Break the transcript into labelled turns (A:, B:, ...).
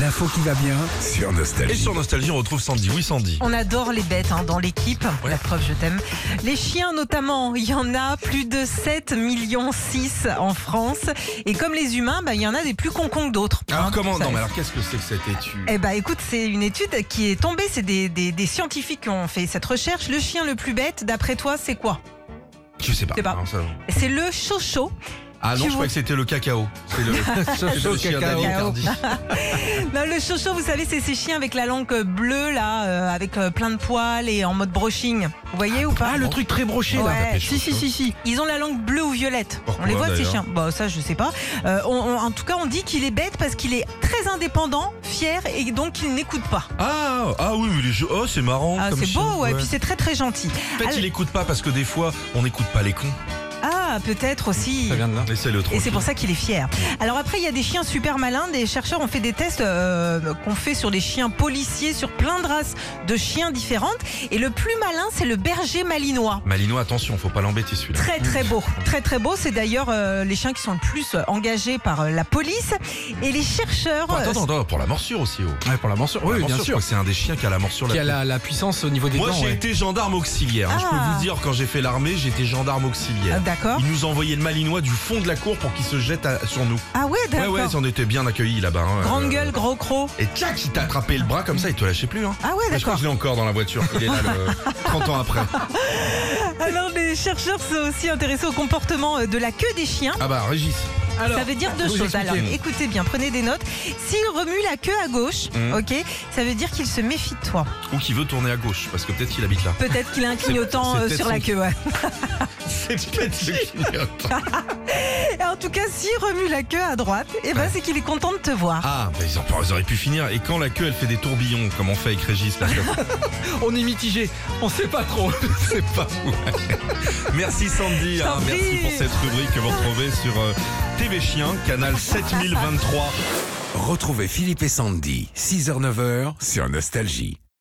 A: L'info qui va bien sur
B: Et
A: Nostalgie.
B: sur Nostalgie, on retrouve Sandy. Oui, Sandy.
C: On adore les bêtes hein, dans l'équipe.
B: Ouais.
C: La preuve, je t'aime. Les chiens, notamment, il y en a plus de 7 millions 6 en France. Et comme les humains, bah, il y en a des plus concons que d'autres.
B: Alors
C: Hein,
B: Ah, comment
C: ça-
B: Non, mais alors qu'est-ce que c'est que cette étude
C: Eh bah, écoute, c'est une étude qui est tombée. C'est des, des- des scientifiques qui ont fait cette recherche. Le chien le plus bête, d'après toi, c'est quoi
B: Je sais pas.
C: Je sais pas.
B: Non, ça-
C: C'est le chocho.
B: Ah non,
C: Tu
B: je croyais
C: vois-
B: que c'était le cacao. C'est le, c'est Ah, le chien
A: cacao.
B: d'Ali Cardi.
C: Non, Bah, le chocho, vous savez, c'est ces chiens avec la langue bleue, là, euh, avec euh, plein de poils et en mode brushing. Vous voyez ou pas
B: Ah, le truc très broché
C: Ouais.
B: là.
C: Si, si, si, si. Ils ont la langue bleue ou violette.
B: Pourquoi,
C: on les voit ces
B: d'ailleurs
C: chiens. Bah ça je sais pas. Euh, on- on- en tout cas on dit qu'il est bête parce qu'il est très indépendant, fier et donc il n'écoute pas.
B: Ah, ah oui, mais les jeux. Oh, c'est marrant.
C: Ah,
B: comme
C: c'est
B: chien.
C: beau ouais. Puis c'est très très gentil.
B: En fait, il écoute pas parce que des fois, on n'écoute pas les cons.
C: Ah peut-être aussi.
B: vient de là. Mais c'est le trop.
C: Et c'est pour ça qu'il est fier. Alors après, il y a des chiens super malins. Des chercheurs ont fait des tests euh, qu'on fait sur des chiens policiers, sur plein de races de chiens différentes. Et le plus malin, c'est le berger malinois.
B: Malino, attention, faut pas l'embêter celui-là.
C: Très très beau, très très beau. C'est d'ailleurs euh, les chiens qui sont le plus euh, engagés par euh, la police et les chercheurs.
B: Attends, attends, attends, pour la morsure aussi. oh.
A: Ouais, pour la morsure.
B: Pour la
A: Oui, bien
B: morsure, je
A: sûr.
B: crois que C'est un des chiens qui a la morsure
A: Qui a
B: la
A: la, la puissance au niveau des
B: Moi,
A: dents.
B: j'ai
A: ouais.
B: été gendarme auxiliaire. hein. Je peux
C: Ah.
B: vous dire, quand j'ai fait l'armée, j'étais gendarme auxiliaire.
C: Ah, D'accord.
B: Ils nous envoyaient le malinois du fond de la cour pour qu'il se jette à- sur nous.
C: Ah ouais,
B: Ouais,
C: d'accord.
B: ouais, on était bien accueillis là-bas. hein.
C: Grande
B: Euh,
C: gueule, gros croc.
B: Et tchac, il t'a attrapé le bras comme ça, il te lâchait plus. Hein.
C: Ah ouais,
B: Je crois
C: d'accord.
B: que je l'ai encore dans la voiture. Il est là le- 30 ans après.
C: Alors les chercheurs sont aussi intéressés au comportement euh, de la queue des chiens.
B: Ah bah, Régis.
C: ça veut dire deux
B: Ah, vous
C: choses. Alors,
B: expliquez.
C: écoutez bien, prenez des notes. S'il remue la queue à gauche,
B: Mhm.
C: ok, ça veut dire qu'il se méfie de toi.
B: Ou qui veut tourner à gauche, parce que peut-être qu'il habite là.
C: Peut-être qu'il a un clignotant
B: c'est
C: euh,
B: peut-être
C: sur la
B: son-
C: queue. ouais.
B: C'est petit.
C: Et En tout cas, s'il remue la queue à droite, eh ben,
B: Ouais.
C: c'est qu'il est content de te voir.
B: Ah, bah, ils, auraient, ils auraient pu finir. Et quand la queue, elle fait des tourbillons, comme on fait avec Régis, là.
A: On est mitigé. On sait pas trop.
B: C'est pas fou. merci Sandy.
C: Je t'en
B: hein. merci
C: prie.
B: pour cette rubrique que vous retrouvez sur euh, TV Chien, canal 7023.
A: Retrouvez Philippe et Sandy, 6h-9h sur Nostalgie.